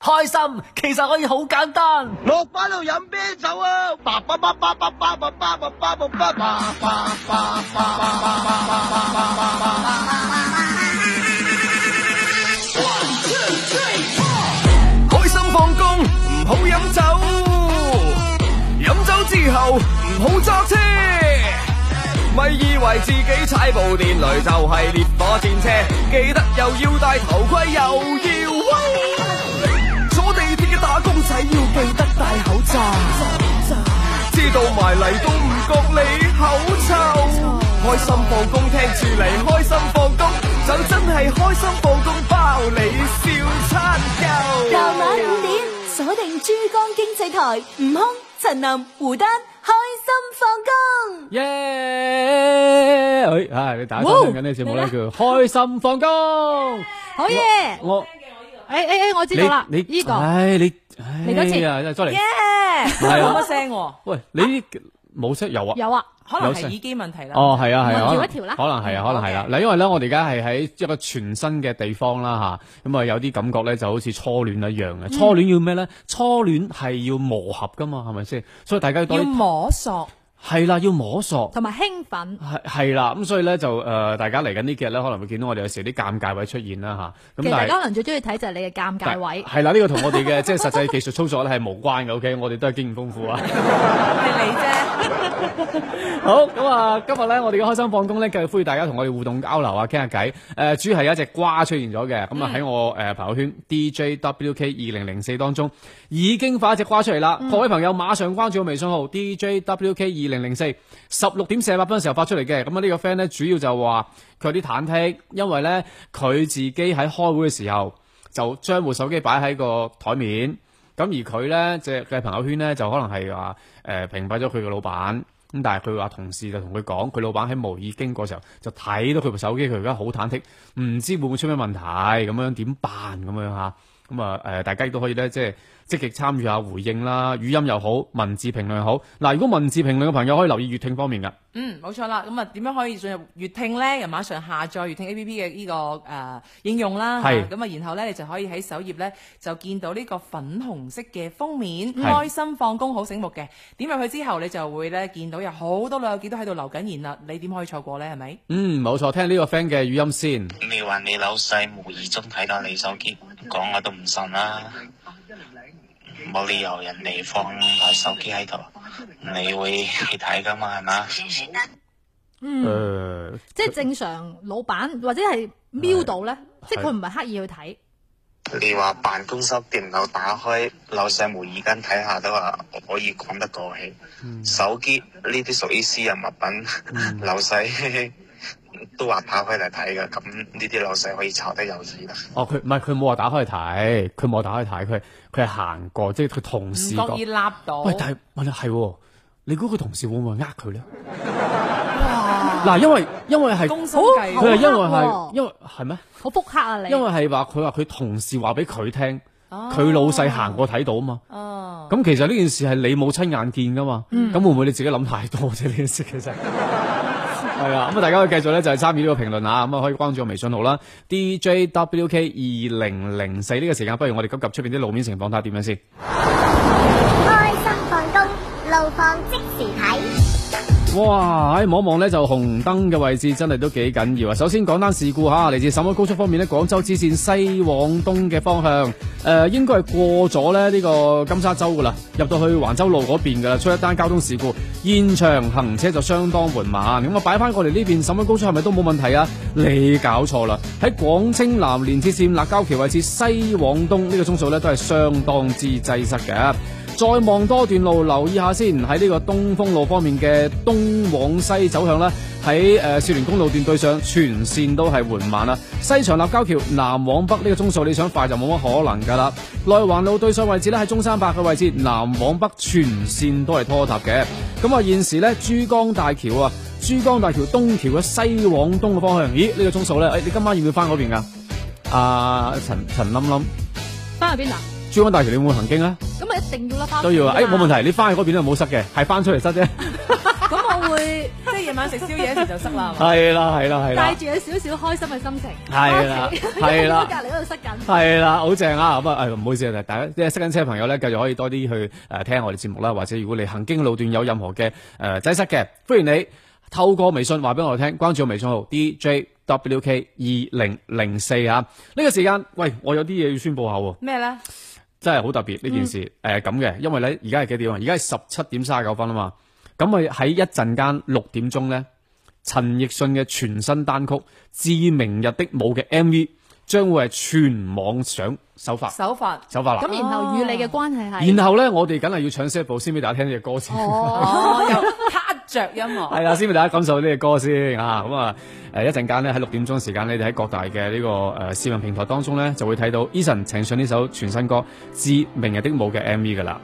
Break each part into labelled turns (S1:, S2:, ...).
S1: 開心其實可以好簡單。
S2: 落班度飲啤酒啊！叭叭叭叭叭叭叭叭叭叭叭叭叭叭叭
S3: 开心放工，唔好饮酒。饮酒之后唔好揸车，
S4: Dạ,
S3: 咪以为自己踩部電雷就係烈火戰車，記得又要戴頭盔又要威。坐地鐵嘅打工仔要記得戴口罩，知道埋嚟都唔覺你口臭。開心放工聽住嚟，開心放工就真係開心放工包你笑餐休。
S5: 傍晚五點，鎖定珠江經濟台，悟空、陳林、胡丹，開心放工。
S6: 耶！哎，
S4: à,
S6: 啊，你大家收聽緊呢個節目咧，
S7: 哇
S6: 叫《開心放工》。
S7: 好嘢！
S6: 我
S7: 诶诶诶，我知道啦，
S6: 你
S7: 呢個
S6: 唉，你唉
S7: 嚟多次
S6: 啊，真係再嚟。
S8: 耶！
S6: 係啊
S8: 冇乜聲喎，
S6: 喂，你冇識有啊？
S7: 有啊，
S8: 可能
S6: 有
S8: 係
S6: 聲
S8: 耳機問題啦。
S6: 哦，係啊，係啊，
S7: 我調
S6: 可能
S7: 一調啦嗯
S6: 可能係啊，可能係啦。嗱，因為咧，我哋而家係喺一個全新嘅地方啦吓，咁啊有啲感覺咧就好似初戀一樣嘅。
S7: 嗯
S6: 初戀要咩咧？初戀係要磨合噶嘛，係咪先？所以大家要多
S8: 要
S6: 啲
S8: 摸索
S6: 係啦，要摸索。
S7: 同埋興奮。
S6: 係係啦，咁所以咧就誒、呃大家嚟緊呢幾日咧，可能會見到我哋有時有啲尷尬位出現啦吓，咁
S7: 其實大
S6: 但
S7: 家
S6: 係
S7: 可能最中意睇就係你嘅尷
S6: 但
S7: 尬位。
S6: 係啦，呢、個同我哋嘅 即係實際技術操作咧係無關嘅。OK，我哋都係經驗豐富啊。
S8: 係你啫，
S6: 好，咁啊，今日咧我哋嘅開心放工咧，繼續呼籲大家同我哋互動交流啊，傾下偈。誒、主要係有一隻瓜出現咗嘅，咁啊喺我誒、呃朋友圈 DJWK 二零零四當中已經發一隻瓜出嚟啦。各位朋友馬上關注我微信號 DJWK 二零零四，十六點四十八分嘅時候發出嚟嘅。咁啊呢個 friend 咧主要就話佢有啲忐忑，因為咧佢自己喺開會嘅時候就將部手機擺喺個台面。咁而佢咧，即係嘅朋友圈咧，就可能係話誒屏蔽咗佢嘅老闆。咁但係佢話同事就同佢講，佢老闆喺無意經過時候就睇到佢部手機，佢而家好忐忑，唔知會唔會出咩問題，咁樣點辦咁樣嚇？咁啊誒，大家亦都可以咧，即係積極參與下回應啦，語音又好，文字評論又好。嗱，如果文字評論嘅朋友可以留意粵聽方面㗎。
S8: 嗯，冇錯啦。咁啊，點樣可以進入粵聽咧？又馬上下載粵聽 A P P 嘅呢個誒應用啦。
S6: 係
S8: 咁啊，然後咧你就可以喺首頁咧就見到呢個粉紅色嘅封面，
S6: 係
S8: 開心放工好醒目嘅。點入去之後，你就會咧見到有好多老友記都喺度留緊言啦。你點可以錯過咧？係咪？
S6: 嗯，冇錯，聽呢個 friend 嘅語音先。
S9: 你話你老細無意中睇到你手機，講我都唔信啦，冇理由人哋放台手機喺度，你會 去睇噶嘛，係嘛？
S6: 誒、
S7: 嗯，即係正常老闆或者係瞄到咧，即係佢唔係刻意去睇。
S9: 你話辦公室電腦打開，老細無意間睇下都話可以講得過去。
S8: 嗯
S9: 手機呢啲屬於私人物品，老細 都話打開嚟睇嘅，咁呢啲老細可以炒得有啊意啦。
S6: 哦，佢唔係佢冇話打開去睇，佢冇話打開去睇，佢佢係行過，即係佢同
S8: 唔
S6: 事
S8: 覺
S6: 講
S8: 意。擸到。
S6: 喂，但係問題係喎，你估佢同事會唔會呃佢咧？嗱，因為因為係
S8: 攻
S6: 佢
S8: 心計
S7: 好
S6: 係因為
S7: 好
S6: 係
S7: 黑喎
S6: 因為係咩？
S7: 好腹黑啊你！
S6: 因為係話佢話佢同事話俾佢聽，佢老細行過睇到啊嘛。
S8: 哦。
S6: 咁其實呢件事係你冇親眼見噶嘛，咁會唔會你自己諗太多啫？呢件事其實係啊，咁啊大家可以繼續咧就係參與呢個評論啊，咁啊可以關注我微信號啦，DJWK 二零零四呢個時間，不如我哋急急出邊啲路面情況睇下點樣先。
S10: 开心放工，路況即時睇。
S6: 哇！喺望一望咧，就紅燈嘅位置真係都幾緊要啊！首先講單事故吓，嚟自沈海高速方面咧，廣州支線西往東嘅方向，誒、呃、應該係過咗咧呢個金沙洲噶啦，入到去環州路嗰邊噶啦，出一單交通事故，現場行車就相當緩慢。咁啊，擺翻過嚟呢邊沈海高速係咪都冇問題啊？你搞錯啦！喺廣清南連接線立交橋位置西往東呢個鐘數咧，都係相當之擠塞嘅。再望多段路，留意下先。喺呢個東風路方面嘅東往西走向啦，喺誒、呃、少年公路段對上全線都係緩慢啦。啊西長立交橋南往北呢個鐘數，你想快就冇乜可能㗎啦。內環路對上位置咧喺中山八嘅位置，南往北全線都係拖沓嘅。咁啊，現時咧珠江大橋啊，珠江大橋東橋嘅西往東嘅方向，咦呢、個鐘數咧，誒、你今晚要唔要翻嗰邊㗎？啊，陳陳冧冧，
S7: 翻去邊啊？
S6: 珠江大橋你會唔會行經啊？
S7: 咁啊一定要啦，翻
S6: 都要啊！誒、
S7: 誒
S6: 冇問。題，你翻去嗰邊都冇塞嘅，係翻出嚟塞啫。
S7: 咁我會
S8: 即係有夜晚食宵夜嗰時就塞啦，係嘛
S6: 係啦係啦係啦
S7: 帶。住有少少開心嘅心情，
S6: 係啦係
S7: 係
S6: 啦
S7: 隔離嗰度塞緊，
S6: 係啦，好正啊！咁啊，誒唔好意思啊，大家即係塞緊車嘅朋友咧，繼續可以多啲去誒、呃、聽我哋節目啦，或者如果你行經路段有任何嘅誒擠塞嘅，歡迎你透過微信話俾我哋聽，關注我微信號 DJWK 二零零四啊！呢、個時間，喂，我有啲嘢要宣佈下喎，
S8: 咩咧？
S6: 真係好特別呢件事誒咁嘅，因為咧而家係幾點啊？而家係十七點三十九分啊嘛，咁咪喺一陣間六點鐘咧，陳奕迅嘅全新單曲《致明日的舞》嘅 MV 將會係全網上首發。
S8: 手法
S6: 走法啦。
S7: 咁然後與你嘅關係係
S6: 然後咧，我哋梗係要搶先一步，先俾大家聽呢只歌先。
S8: 哦，又 卡着音 樂。
S6: 係啦，先俾大家感受呢隻歌先啊！咁啊，誒一陣間咧喺六點鐘時間，你哋喺各大嘅呢個誒視頻平台當中咧，就會睇到 Eason 呈上呢首全新歌《致明日的舞》嘅 MV 噶啦。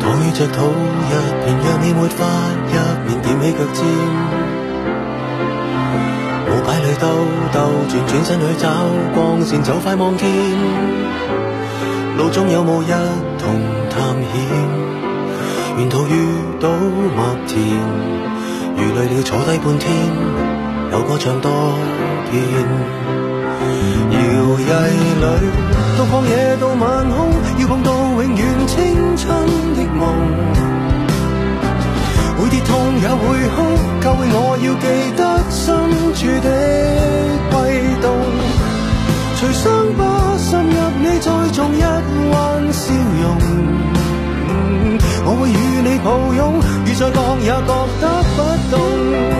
S11: 躺於着土，一邊讓你沒法，一面踮起腳尖。舞擺裏兜兜轉，轉身去找光線，就快望見。路中有霧一同探險，沿途遇到麥田，如累了坐低半天，有歌唱多遍。搖曳裏，到曠野到晚空，要碰到永遠青春的夢。會跌痛也會哭，教會我要記得深處的悸動。隨傷疤滲入你，再種一彎笑容。嗯我會與你抱擁，雨再降也覺得不凍。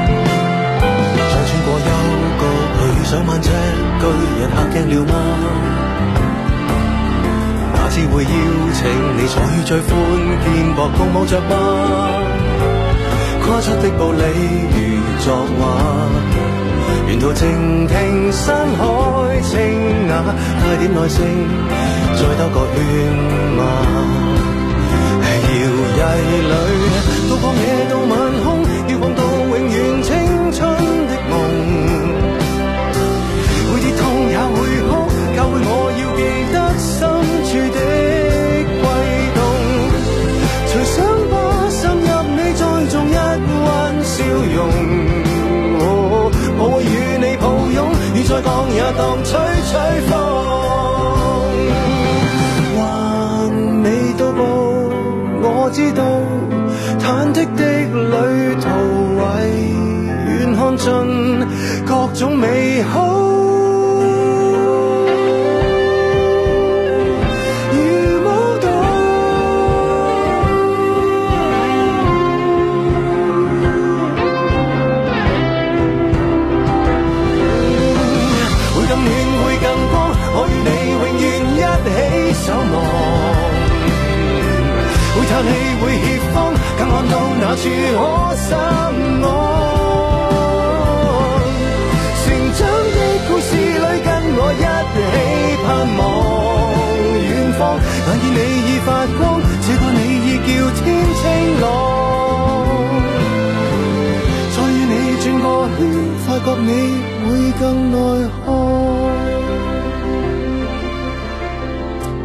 S11: 再穿過幽谷去上萬尺巨人嚇驚了嗎？哪次會邀請你坐於最寬肩膊共舞着嗎？跨出的步履如作畫，沿途靜聽山海清雅，帶點耐性，再兜個圈嗎？搖曳裏，到曠野到晚空，要望到永遠青春的夢。會跌痛也會哭，教會我要記得深處的悸動。隨傷疤滲入你，再種一彎笑容。哦我會與你抱擁，雨再降也當吹吹風。還未到步，我知道忐忑的旅途為遠看盡各種美好。如舞蹈會更暖，會更光，我與你永遠一起守望。會嘆氣，會怯慌，更看到那處可心安。成長的故事裏，跟我一起盼望遠方，眼見你已發光，這個你已叫天清朗。再與你轉個圈，發覺你會更內看。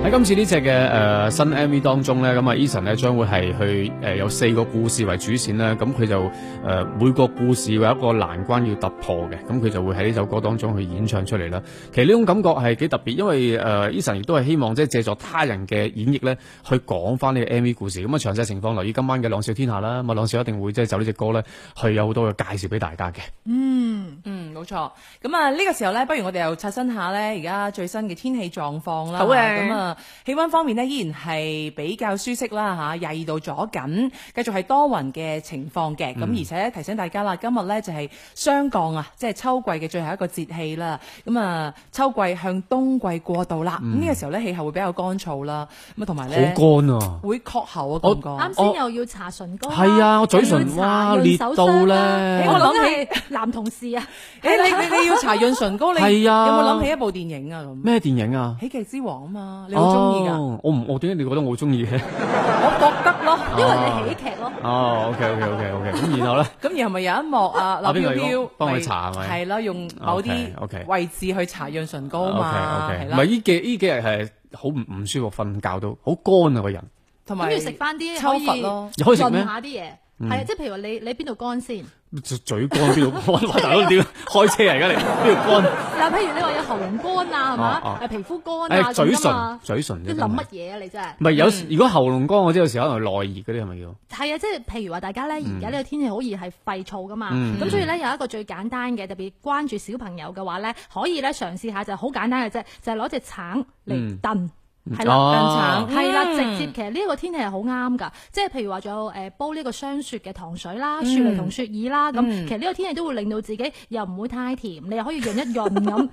S6: 喺今次呢只嘅誒呃新 MV 當中咧，咁啊 Eason 咧將會係去誒、呃有四個故事為主線啦，咁佢就誒、呃每個故事有一個難關要突破嘅，咁佢就會喺呢首歌當中去演唱出嚟啦。其實呢種感覺係幾特別，因為誒、呃、Eason 亦都係希望即係借助他人嘅演繹咧，去講翻呢個 MV 故事。咁啊詳細情況留意今晚嘅《朗笑天下》啦，咁啊朗笑一定會即係就呢只歌咧，去有好多嘅介紹俾大家嘅。
S8: 嗯，冇錯。咁啊，呢個時候呢，不如我哋又刷新下呢而家最新嘅天氣狀況啦。
S7: 好啊
S8: 咁啊，氣温方面呢，依然係比較舒適啦吓，廿二度左緊，繼續係多雲嘅情況嘅。咁、
S6: 嗯
S8: 而且提醒大家啦，今日呢就係霜降啊，即係秋季嘅最後一個節氣啦。咁啊，秋季向冬季過渡啦。咁呢、個時候呢，氣候會比較乾燥啦。咁啊，同
S6: 嗯
S8: 埋
S6: 好
S8: 呢，
S6: 乾啊！
S8: 會確喉啊，覺
S6: 我
S8: 唔覺？
S7: 啱
S6: 我
S7: 先又要搽唇膏啦，
S6: 哦係啊我嘴唇
S7: 又要搽
S6: 哇
S7: 潤
S6: 裂
S7: 手
S6: 到
S7: 霜
S6: 咧
S7: 啦
S8: 我
S7: 我
S8: 諗
S7: 諗係男同事啊，
S8: 誒、你你你要搽潤唇膏，你
S6: 係啊
S8: 有冇諗起一部電影啊？咁
S6: 咩電影啊？
S8: 喜劇之王啊
S6: 哦
S8: 嘛，你好中意㗎。
S6: 哦我唔，我點解你覺得我好中意嘅？
S8: 我覺得咯，
S7: 因為你喜劇咯，
S6: 哦，OK OK OK OK，咁然後咧，
S8: 咁然後咪有一幕 啊，
S6: 啊
S8: 劉
S6: 邊
S8: 飄
S6: 個嚟講
S8: 飄
S6: 幫佢搽係咪
S8: 係咯，用某
S6: OK，OK
S8: 啲位置去搽潤唇膏
S6: OK
S8: 嘛，係
S6: OK，唔
S8: 啦
S6: 係，呢幾呢幾日係好唔唔舒服，瞓覺都好乾啊個人。
S8: 同
S7: 咁
S8: 埋
S7: 要食翻啲
S8: 秋
S7: 可
S8: 佛咯，
S6: 可以食咩
S7: 潤下啲嘢，
S6: 嗯
S7: 係啊，即係譬如話你你邊度乾先？
S6: 嘴嘴乾邊度 乾？哇大佬點開車啊而家嚟邊度
S7: 嗱，譬如你話有喉嚨乾啊，係
S6: 哦
S7: 嘛
S6: 哦？
S7: 誒皮膚乾
S6: 乾？
S7: 啊，
S6: 誒嘴
S7: 咁㗎嘛
S6: 唇嘴唇
S7: 你
S6: 啫，
S7: 諗
S6: 真
S7: 乜
S6: 係
S7: 嘢啊？你真係
S6: 唔係有時如果喉嚨乾，我知有時可能內熱嗰啲係咪叫？
S7: 係啊，即係譬如話大家咧，而家呢個天氣好熱，係肺燥噶嘛。
S6: 嗯
S7: 咁所以咧有一個最簡單嘅，特別關注小朋友嘅話咧，可以咧嘗試下就好簡單嘅啫，就係攞隻橙嚟燉。係啦，
S6: 嗯哦
S7: 燉橙係啦，直接其實呢一個天氣係好啱㗎，即係譬如話仲有誒煲呢個霜雪嘅糖水啦、
S6: 嗯
S7: 雪梨同雪耳啦，咁
S8: 嗯
S7: 其實呢個天氣都會令到自己又唔會太甜，你又可以潤一 潤咁。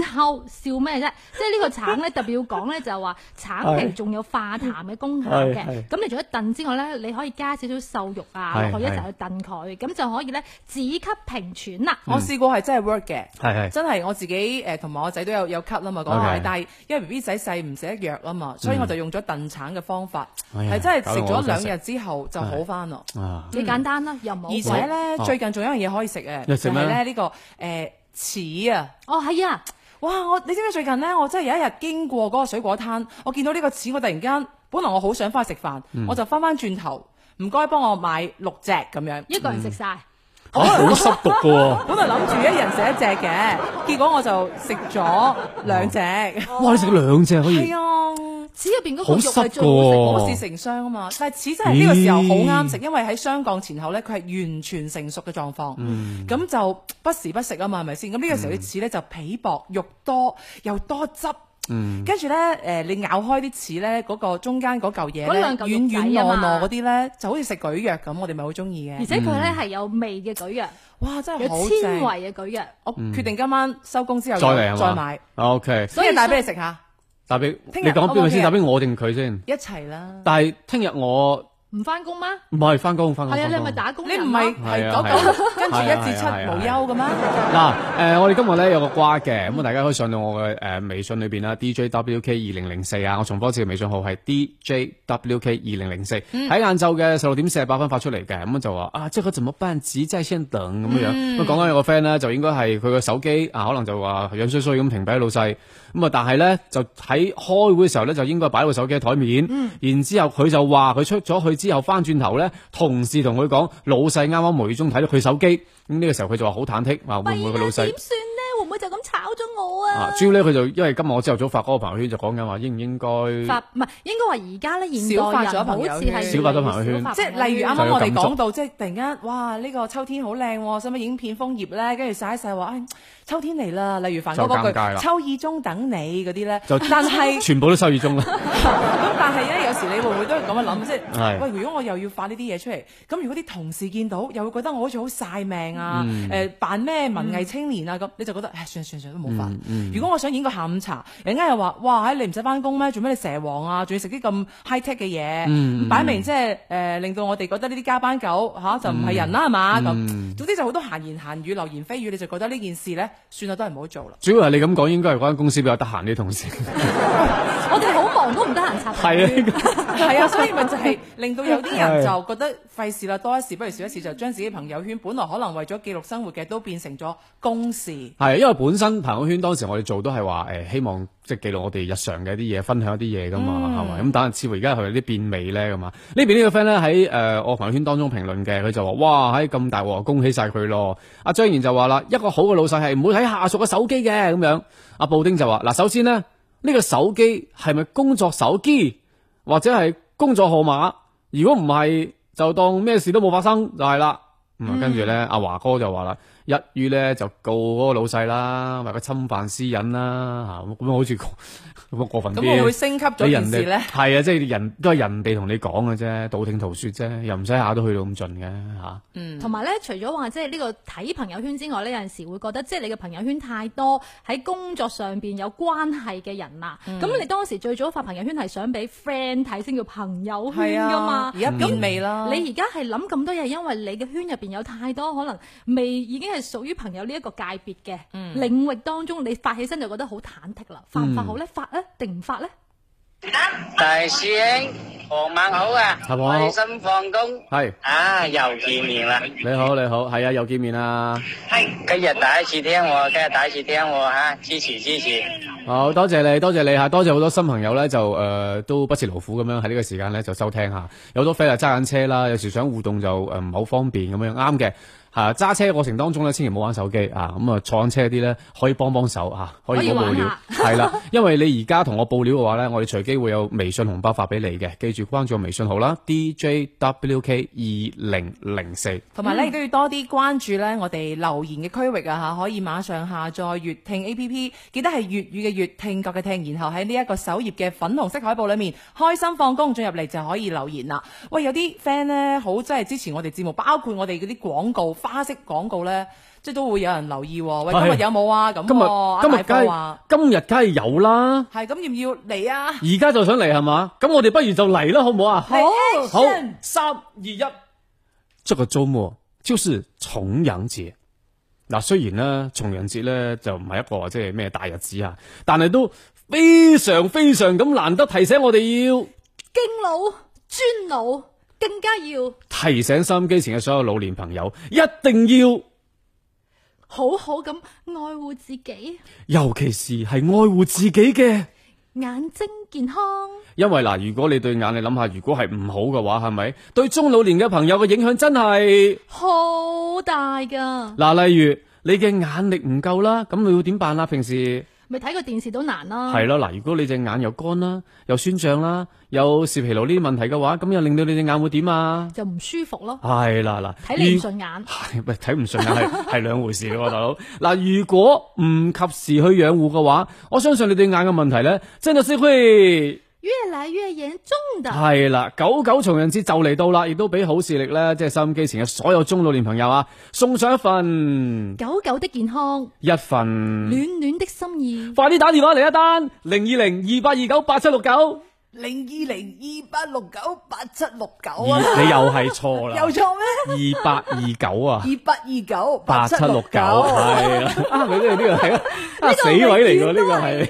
S7: 然後笑咩啫？即係呢個橙咧特別要講咧就係話橙皮仲有化痰嘅功效
S6: 係係
S7: 嘅，咁你除咗燉之外咧，你可以加少少瘦肉啊
S6: 係
S7: 落去一齊
S6: 係
S7: 去燉佢，咁就可以咧止咳平喘啦。
S6: 嗯
S8: 我試過係真係 work 嘅。
S6: 係係
S8: 真係我自己誒同埋我仔都有有咳啦嘛嗰下
S6: OK，嗯
S8: 但係因為 B B 仔細唔食得藥啊嘛，所以我就用咗燉橙嘅方法，
S6: 哎呀
S8: 係真係
S6: 搞
S8: 食
S6: 到我都
S8: 咗
S6: 想
S8: 兩
S6: 食
S8: 日之後就好翻咯。
S6: 啊，
S7: 幾簡單啦，又唔好
S8: 而且咧
S6: 哦
S8: 最近仲有一樣嘢可以食嘅，
S6: 你
S8: 就
S6: 食
S8: 係
S6: 咩
S8: 咧呢個誒柿啊。
S7: 哦係啊，
S8: 哇！我你知唔知最近咧，我真係有一日經過嗰個水果攤，我見到呢個柿，我突然間，本來我好想翻去食飯，我就翻翻轉頭，唔該幫我買六隻咁樣。
S7: 一
S6: 嗯
S7: 個人食晒。
S6: 嚇好濕毒嘅喎。
S8: 本來諗住一人食一隻嘅，結果我就食咗兩隻。
S6: 哇！你食兩隻可以
S8: 係，啊！
S7: 紙入邊嗰個肉係最
S6: 好濕㗎喎
S7: 好
S8: 我
S7: 食，
S8: 是成箱啊嘛，但係此真係呢個時候好啱食，因為喺霜降前後咧，佢係完全成熟嘅狀況，咁、
S6: 嗯
S8: 就不時不食啊嘛，係咪先？咁呢個時候啲柿咧就皮薄肉多又多汁。
S6: 嗯
S8: 跟住咧，誒、你咬開啲柿咧，嗰、個中間嗰嚿嘢咧，
S7: 嗰兩嚿
S8: 軟
S7: 肉
S8: 軟
S7: 仔啊
S8: 糯
S7: 嘛
S8: 糯嗰啲咧，就好似食蒟蒻咁，我哋咪好中意
S7: 而
S8: 嘅。
S7: 且佢
S6: 嗯
S7: 咧係有味嘅舉藥，
S8: 哇，真
S7: 有
S8: 係好
S7: 纖
S8: 正！
S7: 維嘅舉藥。
S8: 我決定今晚收工之後
S6: 嗯再嚟係嘛？
S8: 再買，
S6: O K，
S8: 所以帶俾你食下，
S6: 打俾你
S8: 聽日
S6: 講邊個先？
S8: 我冇嘢
S6: 打俾我定佢先？
S8: 一齊啦。
S6: 但係聽日我
S7: 唔翻工嗎？
S6: 唔係翻工翻工。
S7: 係啊，你係咪
S6: 返工
S7: 打工
S8: 你
S7: 人啊
S8: 唔係係九
S6: 啊
S8: 九六跟住一至七無休嘅咩？
S6: 嗱，誒，啊呃我哋今日咧有個瓜嘅，咁啊，大家可以上到我嘅誒微信裏邊啦，D J W K 二零零四啊，我重複一次微信號係 D J W K 二零零四，喺晏晝嘅十六點四十八分發出嚟嘅，咁就話啊，即係佢怎麼辦？只在先等咁樣樣。咁講緊有個 friend 咧，就應該係佢個手機啊，可能就話樣衰衰咁停擺喺老細，咁啊，但係咧就喺開會嘅時候咧，就應該擺個手機喺台面，然之後佢就話佢出咗去之後翻轉頭咧，同事同佢講老細啱啱無意中睇到佢手機，咁呢個時候佢就話好忐忑，話會唔會佢老
S7: 點算
S6: 細？
S7: 咧？會唔會就咁炒咗我
S6: 啊
S7: 啊？，
S6: 主要咧佢就因為今日我朝頭早發嗰個朋友圈就講緊話應唔應該
S7: 發唔係應該話而家咧現
S8: 少發
S7: 代
S8: 咗
S7: 人
S8: 朋友
S7: 好似
S8: 圈
S7: 係
S6: 少發咗朋友圈
S7: 少發
S8: 即
S7: 朋友
S8: 係例如啱
S6: 就
S8: 啱
S6: 有
S8: 我
S6: 感
S8: 哋
S6: 觸
S8: 講到，即係突然間，哇！呢個秋天好靚喎，使唔使影片楓葉咧？跟住晒一晒話，唉，秋天嚟啦！例如梵高嗰
S6: 就尷尬啦
S8: 句秋意中等你嗰啲咧，
S6: 就
S8: 但 係
S6: 全部都收耳中啦。
S8: 咁但係咧，有時你會唔會都係咁樣諗，即
S6: 係
S8: 係喂，如果我又要發呢啲嘢出嚟，咁如果啲同事見到，又會覺得我好似好晒命啊，誒扮咩文藝青年啊咁，你就覺得唉，算啦算啦算啦都冇發。如果我想演個下午茶，人家又話哇，唉你唔使翻工咩？做咩你蛇王啊？仲要食啲咁 high tech 嘅嘢，擺明即係誒令到我哋覺得呢啲加班狗吓就唔係人啦係嘛咁。總之就好多閒言閒語、流言蜚語，你就覺得呢件事咧，算啦都係唔好做啦。
S6: 主要係你咁講，應該係嗰間公司比較得閒啲同事。
S7: 我哋好忙都唔得閒插
S6: 係啊應該，
S8: 係啊，所以咪就係令到有啲人就覺得費事啦，多一事不如少一事，就將自己朋友圈本來可能為咗記錄生活嘅，都變成咗公事。
S6: 係，啊因為本身朋友圈當時我哋做都係話誒，希望即係記錄我哋日常嘅一啲嘢，分享一啲嘢噶嘛，係咪、咁但係似乎而家係有啲變味咧咁啊。呢邊呢個 friend 咧喺誒我朋友圈當中評論嘅，佢就話：哇，喺咁大鑊，恭喜晒佢咯！阿張賢就話啦，一個好嘅老細係唔會睇下屬嘅手機嘅咁樣。阿布丁就話：嗱，首先呢，呢、個手機係咪工作手機或者係工作號碼？如果唔係，就當咩事都冇發生就係啦。
S8: 嗯
S6: 咁啊，跟住咧，阿華哥就話啦，一於咧就告嗰個老細啦，話佢侵犯私隱啦，吓咁咁好似過咁啊過分
S8: 咁會唔會
S6: 啲。
S8: 升級咗
S6: 你
S8: 件
S6: 人
S8: 事
S6: 哋
S8: 咧？
S6: 係啊，即係人都係人哋同你講嘅啫，道聽途說啫，又唔使下都去到咁盡嘅吓。
S7: 同埋咧，除咗話即係呢個睇朋友圈之外咧，有陣時會覺得即係你嘅朋友圈太多喺工作上邊有關係嘅人啦。
S8: 嗯
S7: 咁、你當時最早發朋友圈係想俾 friend 睇先叫朋友圈
S8: 係
S7: 㗎嘛
S8: 啊，？而家變味啦。
S7: 你而家係諗咁多嘢，因為你嘅圈入邊有太多可能未已經係屬於朋友呢一個界別嘅、領域當中，你發起身啊就覺得好忐忑啦，發唔發好咧？發咧定唔發咧？
S2: 大師兄，
S4: 傍晚好啊，
S6: 傍晚好
S4: 開心放工
S6: 係
S4: 啊，又見面啦。
S6: 你好，你好，係啊，又見面啦，
S4: 今日第一次聽喎，今日第一次聽喎吓，支持支持。
S6: 好多謝你，多謝你吓，多謝好多新朋友咧，就诶、呃都不辭勞苦咁樣喺呢個時間咧就收聽下，有好多 friend 啊揸緊車啦，有時想互動就呃诶唔係好方便咁樣，啱嘅吓揸車過程當中咧，千祈唔好玩手機啊，咁啊坐緊車啲咧可以幫幫手吓，可以
S7: 可以
S6: 唔好報
S7: 玩
S6: 料
S7: 下，
S6: 係啦，因為你而家同我報料嘅話咧，我哋隨機會有微信紅包發俾你嘅，記住關注我微信號啦，DJWK 二零零四。
S8: 同埋咧，亦都要多啲關注咧，我哋留言嘅區域啊嚇，可以馬上下載粵聽 A P P，記得係粵語嘅粵聽覺嘅聽，然後喺呢一個首頁嘅粉紅色海報裏面，開心放工進入嚟就可以留言啦。喂，有啲 friend 咧好真係支持我哋節目，包括我哋嗰啲廣告花式廣告咧，即係都會有人留意喎。喂，
S6: 係
S8: 今日有冇啊？咁
S6: 今日
S8: 喎
S6: 今
S8: 阿
S6: 日
S8: 大
S6: 梗
S8: 哥
S6: 係
S8: 話
S6: 今日梗係有啦，
S8: 係咁，要唔要嚟啊？
S6: 而家就想嚟係嘛？咁我哋不如就嚟啦，好唔好啊？
S8: 好
S6: 好，三二一。这個周末就是重陽節。嗱，雖然咧重陽節咧就唔係一個即係咩大日子啊，但係都非常非常咁難得提醒我哋要
S7: 敬老尊老，更加要
S6: 提醒收音機前嘅所有老年朋友，一定要。
S7: 好好咁愛護自己，
S6: 尤其是係愛護自己嘅，
S7: 眼睛健康。
S6: 因為嗱，如果你對眼，你諗下，如果係唔好嘅話，係咪對中老年嘅朋友嘅影響真係？
S7: 好大噶，
S6: 嗱，例如你嘅眼力唔夠啦，咁你要點辦啦？啊平時
S7: 咪睇個電視都難啦。
S6: 係咯，嗱，如果你隻眼又乾啦，又酸脹啦，有視疲勞呢啲問題嘅話，咁又令到你隻眼會點啊？
S7: 就唔舒服咯，
S6: 係啦，嗱，
S7: 睇你唔
S6: 如
S7: 順眼。
S6: 係喂睇唔順眼係 係兩回事嘅喎，大佬。嗱，如果唔及時去養護嘅話，我相信你對眼嘅問題咧，真係先會。
S7: 越嚟越嚴重的，
S6: 係啦，九九重陽節就嚟到啦，亦都俾好視力咧，即係收音機前嘅所有中老年朋友啊，送上一份
S7: 狗狗的健康，
S6: 一份。
S7: 暖暖的心意。
S6: 快啲打電話嚟一單零二零二八二九八七六九，
S8: 零二零二八六九八七六九
S6: 二你又係錯啦，
S8: 有錯
S6: 咩？二八二九啊，
S8: 二八二九
S6: 八七六九係啦，啊你呢個呢個 係啊死位嚟㗎呢個係。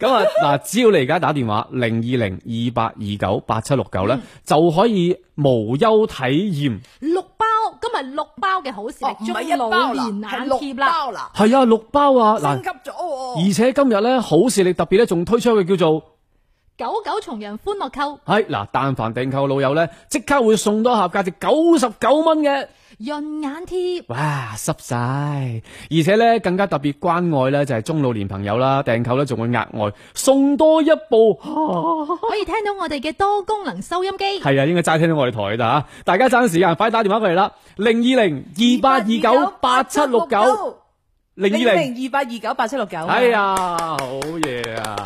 S6: 咁啊嗱，只要你而家打電話零二零二八二九八七六九咧，
S8: 嗯
S6: 就可以無憂體驗。
S7: 六包，今日六包嘅好視力
S8: 唔
S7: 中
S8: 係一包啦
S7: 老年眼貼
S8: 係六包
S7: 啦，
S8: 啊啦
S6: 係啊，六包啊
S8: 升級
S6: 嗱，
S8: 咗喎。
S6: 而且今日咧好視力特別咧，仲推出一個叫做。
S7: 九九重陽歡樂購，
S6: 係嗱，但凡訂購老友咧，即刻會送多一盒價值九十九蚊嘅
S7: 潤眼貼，
S6: 哇，濕晒！而且咧更加特別關愛咧就係中老年朋友啦，訂購咧仲會額外送多一部，
S7: 可以聽到我哋嘅多功能收音機。
S6: 係啊，應該齋聽到我哋台㗎咋大家爭時間，快打電話過嚟啦，零二零二八二九八七六九，零二零，
S8: 零二八二九八七六九。啊
S6: 哎，呀，好嘢啊！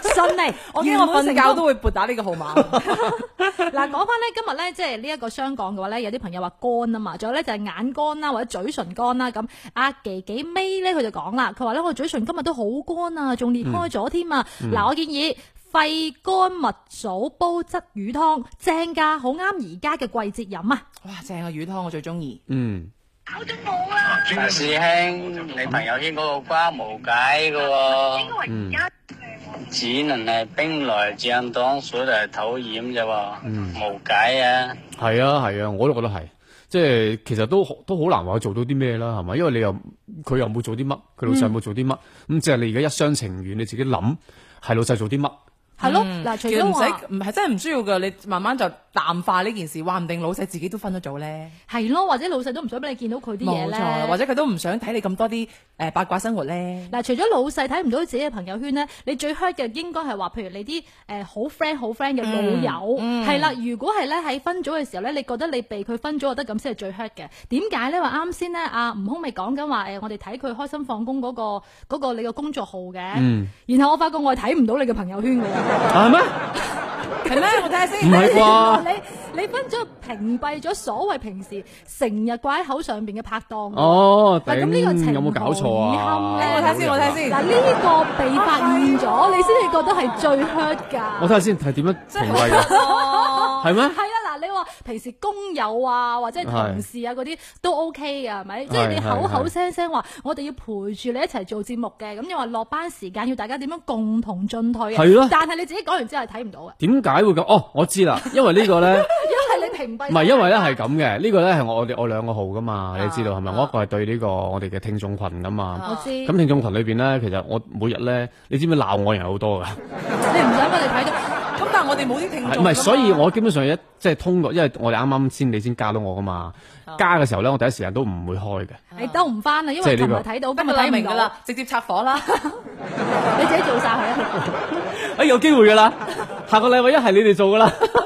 S7: 信你，
S8: 我驚我瞓覺都會撥打呢個號 碼。
S7: 嗱，講翻咧，今日咧，即係呢一個雙降嘅話咧，有啲朋友話乾啊嘛，仲有咧就係眼乾啦，或者嘴唇乾啦咁。啊阿琪琪尾咧，佢就講啦，佢話咧我嘴唇今日都好乾
S8: 嗯
S7: 啊，仲裂開咗添啊。嗱、我建議肺乾蜜棗煲鲫魚湯，正㗎，好啱而家嘅季節飲啊。
S8: 哇，正啊！魚湯我最中意。
S6: 嗯，
S9: 啊
S4: 大
S9: Ừ.
S4: 師兄，你朋友圈嗰個瓜無解噶喎，
S6: 嗯
S4: 只能係兵來將擋，水來土掩啫喎，無解啊！
S6: 係啊，係啊，我都覺得係，即係其實都好都好難話佢做到啲咩啦，係咪？因為你又佢又冇做啲乜，佢老細又冇做啲乜，咁即係你而家一廂情願，你自己諗係老細做啲乜。
S7: 係咯，
S8: 嗯
S7: 嗱、除
S8: 其實
S7: 咗
S8: 唔
S7: 話
S8: 使，唔係真係唔需要噶，你慢慢就淡化呢件事，話唔定老細自己都分咗組咧。
S7: 係咯，或者老細都唔想俾你見到佢啲嘢
S8: 冇錯啦，
S7: 咧
S8: 或。者佢都唔想睇你咁多啲誒八卦生活咧。
S7: 嗱，除咗老細睇唔到自己嘅朋友圈咧，你最 hurt 嘅應該係話，譬如你啲誒好 friend 好 friend
S6: 嗯
S7: 嘅老友，係啦、如果係咧喺分組嘅時候咧，你覺得你被佢分組，我覺得咁先係最 hurt 嘅。點解咧？話啱先咧，阿悟空咪講緊話誒，我哋睇佢開心放工嗰、個嗰、個你嘅工作號嘅，
S6: 嗯
S7: 然後我發覺我係睇唔到你嘅朋友圈嘅喎。
S6: 係咩？
S8: 係咩？我睇下先。
S6: 唔係啩？
S7: 你你分咗屏蔽咗所謂平時成日掛喺口上邊嘅拍檔。
S6: 哦，
S7: 喂咁呢個
S6: 頂
S7: 情
S6: 有冇搞錯
S7: 何以堪
S6: 啊？
S7: 呢
S8: 我睇下先，我睇下先。
S7: 嗱，呢個被發現咗，你先至覺得係最 hurt 㗎。
S6: 我睇下先，係點樣評位嘅？係咩？
S7: 哦係啦，嗱，你話平時工友啊或者係同事啊嗰啲都 OK 嘅，係咪？即係你口口聲聲話我哋要陪住你一齊做節目嘅，咁又話落班時間要大家點樣共同進退啊？
S6: 係咯
S7: 但係你自己講完之後係睇唔到嘅，
S6: 點解會咁？哦，我知啦，因為呢個咧。
S7: 因為你屏蔽
S6: 唔係，因為咧係咁嘅，呢個咧係我哋我兩個號噶嘛，你知道係咪？我一個係對呢個我哋嘅聽眾群噶嘛。
S7: 我知
S6: 咁聽眾群裏邊咧，其實我每日咧，你知唔知鬧我人好多㗎？
S8: 你唔想我哋睇到，咁但係我哋冇啲聽
S6: 係
S8: 眾。
S6: 唔係，所以我基本上一即係通過，因為我哋啱啱先你先加到我噶嘛，加嘅時候咧，我第一時間都唔會開嘅。
S7: 你兜唔翻啦，因
S6: 即係
S7: 為
S6: 呢
S7: 琴日
S6: 個
S7: 睇到，今
S8: 今
S7: 日
S8: 日睇
S7: 睇
S8: 啊明
S7: 唔
S8: 㗎
S7: 到，
S8: 啦，直接拆火啦。
S7: 你自己做晒佢啊！
S6: 哎，有機會㗎啦，下個禮拜一係你哋做㗎啦。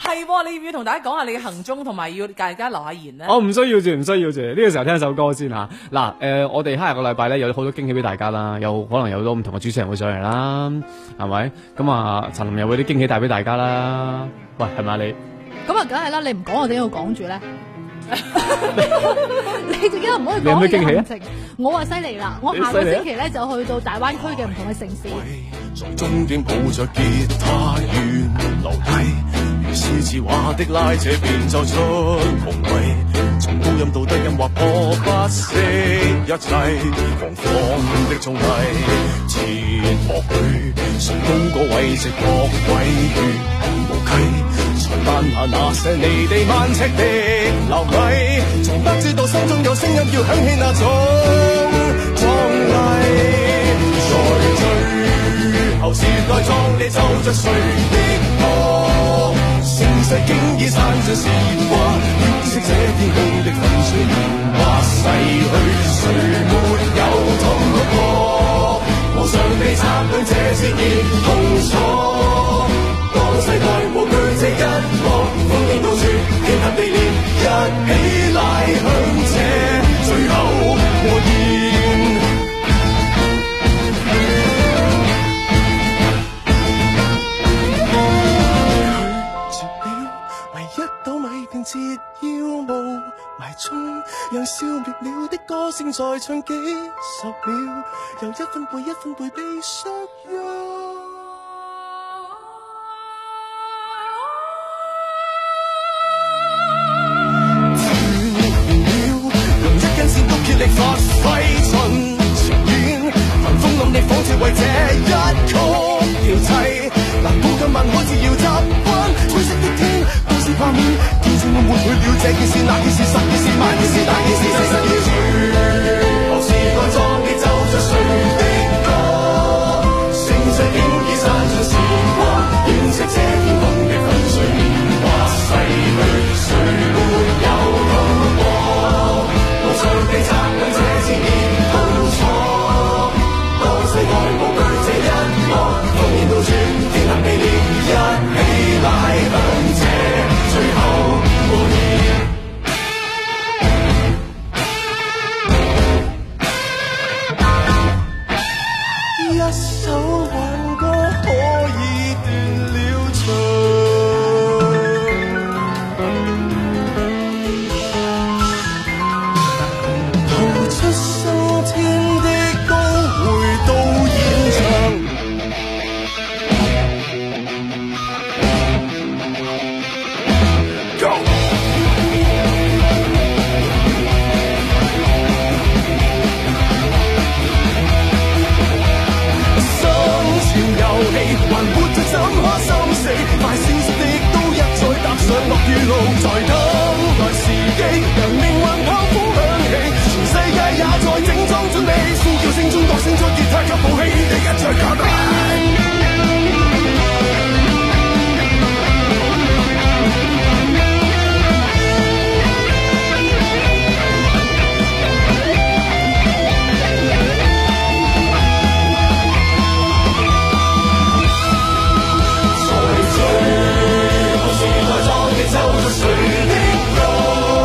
S8: 係喎，你要唔要同大家講下你嘅行蹤，同埋要大家留下言咧？
S6: 我唔需要住，唔需要住。呢、個時候聽一首歌先嚇。嗱、誒，我哋下個禮拜咧有好多驚喜俾大家啦，有可能有好多唔同嘅主持人會上嚟啦，係咪？咁啊，陳林又會有啲驚喜帶俾大家啦。喂，係咪啊你？
S7: 咁啊，梗係啦，你唔講我點解要講住 咧？你自己都唔可以
S6: 你有
S7: 講
S6: 咩
S7: 你嘅
S6: 驚喜啊
S7: 行程，我話犀利啦！我下個
S6: 你犀利啊
S7: 星期咧就去到大灣區嘅唔同嘅城市。
S11: 在終點抱着吉他沿樓梯，如獅子畫的拉扯變奏出雄偉，從高音到低音劃破不惜一切，狂放的綜藝，切莫去，崇高個位直落位越無稽，才誕下那些離地萬尺的流米，從不知道心中有聲音要響起那種壯麗，在追。後時代壯你奏着誰的歌？盛世竟已散盡韶華，惋惜這天空的粉碎年華逝去，誰沒有痛哭過？無常地擦亮這熾熱痛楚。當世代和懼這一幕，風景到處，天塌地裂，一起拉響這最後和弦。唯一倒米便折腰霧埋中，讓消滅了的歌聲再唱幾十秒，又一分貝一分貝被削弱。用一根線都竭力發揮盡情願，憑風浪你仿似為這一曲調砌，難估今晚開始要習慣灰色的天，都是畫面，見證我抹去了這件事那件事十件事萬件事大件事細細件事。何時代壯烈奏着誰的歌？盛世竟已散盡韶華，惋惜這天空的粉碎年華逝去，誰沒有痛過？無常地擦亮這熾熱痛楚，當世代無懼這一幕，烽煙到處，天南地裂，一起拉響這最後和弦。一首挽歌可以斷了腸，逃出生天的歌，回到現場。生前遊戲，還活着怎可心死？快消失的都一再踏上落雨路，在等待時機，讓命運炮火響起，全世界也在整裝準備，呼叫聲中覺醒出吉他及武器，一一再加大。在最後時代，壯烈奏着誰的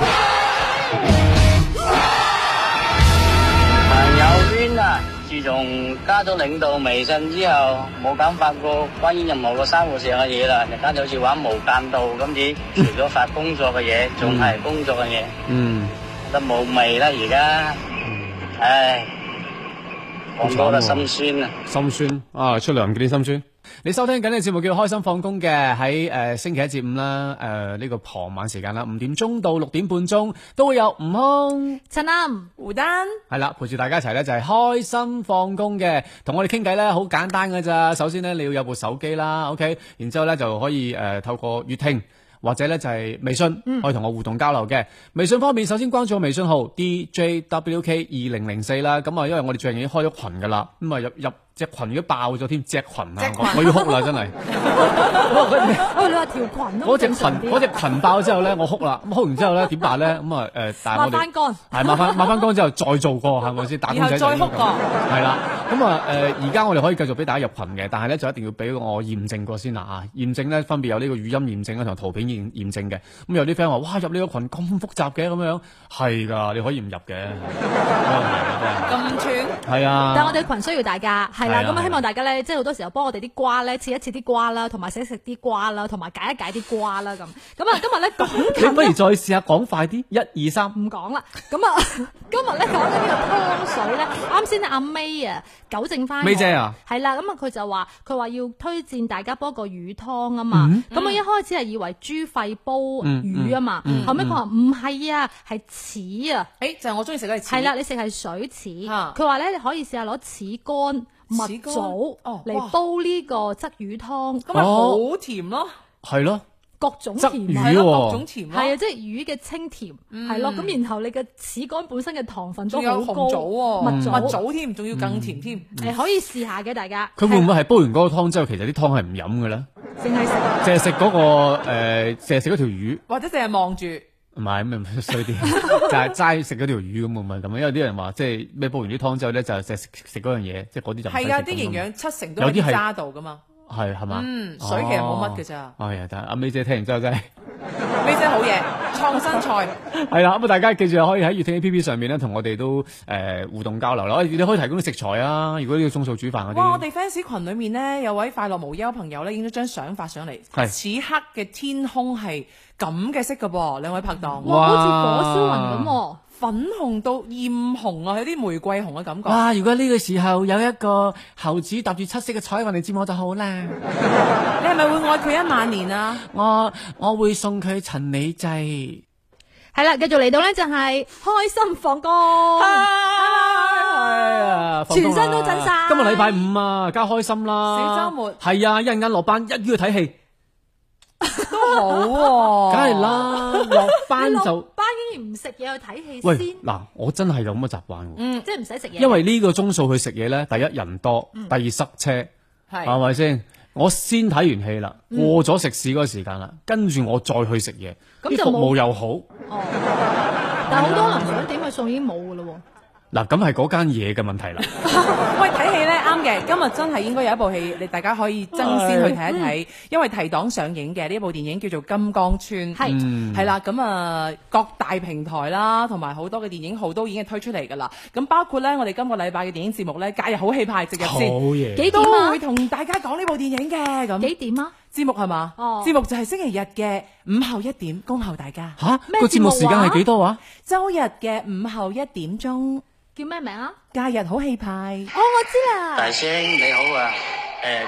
S4: à, 加咗領導微信之後，冇敢發過關於任何個生活上嘅嘢啦，人家就好似玩無間道咁子，除咗發工作嘅嘢，仲係工作嘅嘢，
S6: 嗯，
S4: 都冇味啦而家，唉，講多啦
S6: 好慘喎
S4: 心酸啊！
S6: 心酸啊，出糧幾啲心酸。你收聽緊嘅節目叫《開心放工》嘅，喺誒星期一至五啦，誒、呃呢、個傍晚時間啦，五點鐘到六點半鐘都會有悟空、
S7: 陳 林、
S8: 胡丹。
S6: 係啦，陪住大家一齊咧就係、開心放工嘅，同我哋傾偈咧好簡單㗎咋。首先咧你要有部手機啦，OK，然之後咧就可以誒、呃透過粵聽。或者咧就係微信可以同我互動交流嘅。微信方面，首先關注我微信號 DJWK 二零零四啦。咁啊，因為我哋最近已經開咗群噶啦，咁啊入入隻群如果爆咗添，隻群啊，我我要哭啦，真係。
S7: 哦，你話條裙都
S6: 嗰隻
S7: 正
S6: 群
S7: 常啲啊
S6: 嗰隻群爆咗之後咧，我哭啦。咁哭完之後咧點辦咧？咁啊誒，但係我
S7: 抹
S6: 哋
S7: 翻。乾。
S6: 係 抹翻抹翻光之後再做過係咪先？打工仔就
S8: 然後再
S6: 應該咁
S8: 哭過
S6: 係啦。咁啊誒，而家我哋可以繼續俾大家入群嘅，但係咧就一定要俾我驗證過先啦啊！驗證咧分別有呢個語音驗證啦啊同圖片驗驗證嘅。咁有啲 friend 話：哇，入呢個群咁複雜嘅咁樣，係㗎，你可以唔入嘅。
S8: 咁串。
S6: 係啊。
S7: 但係我哋群需要大家，係啦，
S6: 係啊
S7: 咁
S6: 係啊
S7: 啊希望大家咧，即係好多時候幫我哋啲瓜咧，切一切啲瓜啦，同埋食一食啲瓜啦，同埋解一解啲瓜啦咁。咁啊，今日咧講
S6: 你不如再試下講快啲，一二三。
S7: 唔講啦，咁啊， 今日咧講緊呢個湯水咧，啱先阿 May 啊糾正翻
S6: May 姐啊，
S7: 係啦，咁啊佢就話佢話要推薦大家煲個魚湯啊嘛
S6: 嗯，
S7: 咁我一開始係以為豬肺煲
S6: 嗯
S7: 魚啊嘛
S6: 嗯，嗯
S7: 後尾佢話唔係啊，係柿啊，
S8: 誒就係我中意食嗰啲柿
S7: 係啦，你食係水柿，
S8: 啊
S7: 佢話咧你可以試下攞柿乾。蜜
S8: 柿乾
S7: 棗
S8: 哦哇
S7: 嚟煲呢個鯽魚湯，
S6: 啊
S8: 咁咪好甜咯，
S6: 係咯，
S7: 各種
S6: 鯽
S7: 甜
S6: 哦魚
S8: 係咯，
S6: 喎
S8: 各種甜咯，嗯
S7: 係啊，即係魚嘅清甜，係咯，咁然後你嘅齒乾本身嘅糖分都
S8: 仲有
S7: 好高，
S8: 紅棗喎，
S7: 蜜
S6: 嗯
S7: 棗
S8: 蜜棗添，仲要更甜添，
S7: 誒可以試下嘅，大家
S6: 佢會唔會係煲完嗰個湯之後，其實啲湯係唔飲嘅咧？
S7: 淨係食
S6: 淨係食嗰個誒，淨係食嗰條魚。
S8: 或者淨係望住。
S6: 唔係咁咪衰啲，就係齋食嗰條魚咁啊咪咁樣，因為啲人話即係咩煲完啲湯之後咧，就淨係食食嗰樣嘢，即係嗰啲就唔使
S8: 係啊，
S6: 食
S8: 啲營
S6: 咁啊
S8: 養七成都
S6: 有
S8: 喺
S6: 啲係
S8: 啲渣度噶嘛。
S6: 嘛係係嘛？
S8: 嗯水其實冇乜㗎咋
S6: 哦哎呀，但係阿 May 姐聽完之後真係。
S8: 咩姐好嘢，創新菜。
S6: 系啦，咁啊，大家記住可以喺粵聽 A P P 上面咧，同我哋都诶、呃互動交流啦。哎你可以提供啲食材啊，如果呢個中素煮飯嗰
S8: 哇！我
S6: 啲，
S8: 哋 fans 群裏面呢，有位快樂無憂朋友呢，影咗張相發上嚟，
S6: 係
S8: 此刻嘅天空係咁嘅色㗎噃，兩位拍檔，
S6: 哇
S7: 哇，好似火燒雲咁喎。
S8: 粉紅到豔紅啊，有啲玫瑰紅嘅感覺。
S6: 哇！如果呢個時候有一個猴子搭住七色嘅彩雲嚟接我就好啦，
S8: 你係咪會愛佢一萬年啊？
S6: 我我會送佢陳李濟。
S7: 係啦，繼續嚟到咧就係開心放工，
S6: 啊
S8: 啊
S6: 哎呀
S7: 全身都震晒
S6: 今日禮拜五啊，梗係開心啦。
S8: 小週末
S6: 係啊，一陣間落班一於去睇戲，
S8: 都好喎、
S6: 梗 係。啦。落班
S7: 哦你落
S6: 就
S7: 班竟然唔食嘢去睇戲
S6: 喂
S7: 先，
S6: 嗱，我真係有咁嘅習慣喎。
S8: 嗯
S7: 即係唔使食嘢。
S6: 因為呢個鐘數去食嘢咧，第一人多，
S7: 嗯
S6: 第二塞車，係
S8: 係
S6: 咪先？我先睇完戲啦，
S7: 嗯
S6: 過咗食肆嗰個時間啦，跟住我再去食嘢，
S7: 咁
S6: 啲
S7: 就
S6: 服
S7: 冇
S6: 務又好。
S7: 哦，但係好多人想點去送已經冇㗎嘞喎。
S6: 嗱，咁係嗰間嘢嘅問題啦。
S8: 喂，睇戲呢啱嘅，今日真係應該有一部戲，你大家可以爭先去睇一
S7: 嗯
S8: 睇，因為提檔上映嘅呢部電影叫做《金剛川》，
S7: 係
S6: 嗯
S8: 係啦，咁啊各大平台啦，同埋好多嘅電影號都已經推出嚟㗎啦。咁包括呢，我哋今個禮拜嘅電影節目呢，假日好戲派直入
S6: 好
S8: 先。
S6: 嘢，
S7: 幾點
S8: 都會
S7: 啊？
S8: 同大家講呢部電影嘅咁
S7: 幾點啊？
S8: 節目係嘛？
S7: 哦
S8: 節目就係星期日嘅午後一點，恭候大家。
S6: 吓
S7: 咩
S6: 個節目時間係幾多話？
S8: 周日嘅午後一點鐘，
S7: 叫咩名啊？
S8: 假日好戲派。
S7: 哦，我知啦。
S4: 大師兄你好啊，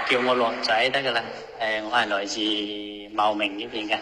S4: 誒、叫我樂仔得噶啦，誒、我係來自茂名呢邊嘅。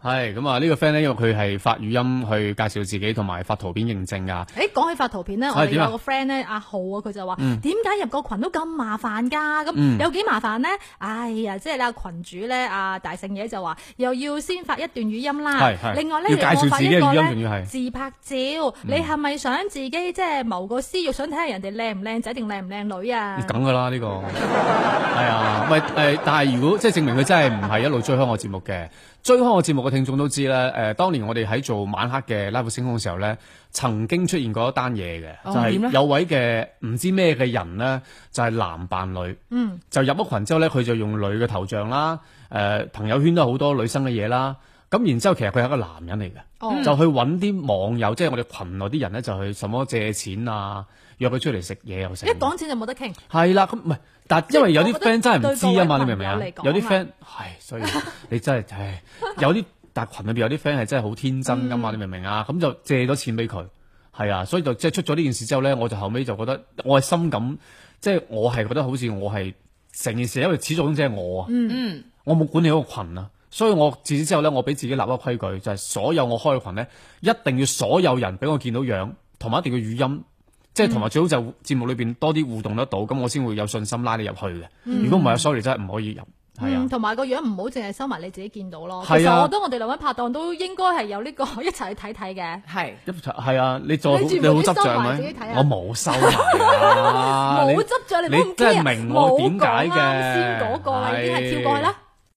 S6: 係咁啊！呢個 friend 咧，因為佢係發語音去介紹自己，同埋發圖片啊認證噶。
S7: 誒講起發圖片咧，我
S6: 係
S7: 哋
S6: 點啊
S7: 有個 friend 咧，阿浩啊，佢就話
S6: 嗯
S7: 點解入個群都咁麻煩㗎？
S6: 嗯
S7: 咁有幾麻煩呢？哎呀，即係你阿群主咧，阿大聖嘢就話又要先發一段語音啦
S6: 係係，
S7: 另外
S6: 要
S7: 咧
S6: 介紹
S7: 我發
S6: 自己嘅
S7: 一個
S6: 語音仲要係嗯
S7: 咧自拍照，你係咪想自己即係謀個私欲，想睇下人哋靚唔靚仔定靚唔靚女啊？
S6: 梗噶啦呢個，係啊，喂誒，但係如果即係證明佢真係唔係一路追開我節目嘅，追開我節目嘅聽眾都知啦。誒、當年我哋喺做晚黑嘅 live 星空嘅時候咧，曾經出現過一單嘢嘅，
S8: 哦
S6: 就
S8: 點
S6: 係
S8: 咧
S6: 有位嘅唔知咩嘅人咧，就係、男扮女，
S7: 嗯，
S6: 就入咗群之後咧，佢就用女嘅頭像啦，誒、朋友圈都有好多女生嘅嘢啦。咁然之後其實佢係一個男人嚟嘅，
S7: 哦
S6: 就去揾啲網友，即係我哋群內啲人咧，就去什麼借錢啊，約佢出嚟食嘢又食
S7: 一。講錢就冇得傾。
S6: 係啦，咁唔係，但因為有啲
S7: 即係
S6: friend 真係唔知啊嘛，你明唔明啊
S7: 對？各
S6: 有
S7: 位朋友嚟講啊
S6: 啲 friend 係，所以你真係唉，有啲但群裏邊有啲 friend 係真係好天真噶嘛，
S7: 嗯
S6: 你明唔明啊？咁就借咗錢俾佢，係啊，所以就即係出咗呢件事之後咧，我就後尾就覺得我係深感，即係我係覺得好似我係成件事，因為始終即係我啊。
S8: 嗯
S6: 我冇管理嗰個群啊，所以我自此之後咧，我俾自己立一個規矩，就係、所有我開嘅群咧，一定要所有人俾我見到樣，同埋一定要語音，即係同
S7: 嗯
S6: 埋最好就節目裏邊多啲互動得到，咁我先會有信心拉你入去嘅。
S7: 嗯
S6: 如果唔係，sorry 真係唔可以入。係啊
S7: 嗯，同埋個樣唔好淨係收埋你自己見到咯。其
S6: 係啊
S7: 實我覺得我哋兩位拍檔都應該係有呢個 一齊去睇睇嘅。
S8: 係。
S6: 一係啊，你再好
S7: 你全
S6: 你
S7: 部
S6: 好
S7: 都
S6: 執
S7: 收
S6: 着
S7: 埋自
S6: 咩
S7: 己睇啊？
S6: 我冇收埋 啊！
S7: 冇
S6: 你
S7: 執着你都唔
S6: 啊你真係
S7: care，
S6: 明我
S7: 冇
S6: 點解
S7: 講
S6: 嘅？
S7: 啱先嗰個啦已經係跳過去啦